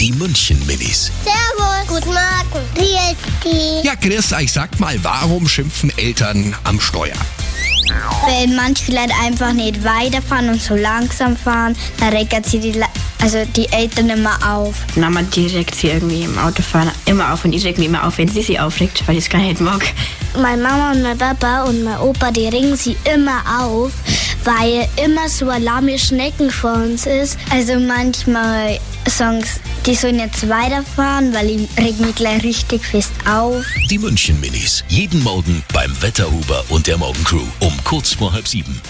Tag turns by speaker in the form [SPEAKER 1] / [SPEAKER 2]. [SPEAKER 1] Die München-Minis.
[SPEAKER 2] Servus. Guten Morgen. Wie ist die?
[SPEAKER 1] Ja, Chris, ich sag mal, warum schimpfen Eltern am Steuer?
[SPEAKER 3] Wenn manche Leute einfach nicht weiterfahren und so langsam fahren, dann regen sie die, Le- also die Eltern immer auf.
[SPEAKER 4] Mama direkt sie irgendwie im Autofahren immer auf und ich reg mich immer auf, wenn sie sie aufregt, weil ich es gar nicht mag.
[SPEAKER 3] Meine Mama und mein Papa und mein Opa, die regen sie immer auf, weil immer so alarme Schnecken vor uns ist. Also manchmal Songs, die sollen jetzt weiterfahren, weil ich reg mich gleich richtig fest auf.
[SPEAKER 1] Die München-Minis. Jeden Morgen beim Wetterhuber und der Morgencrew um kurz vor halb sieben.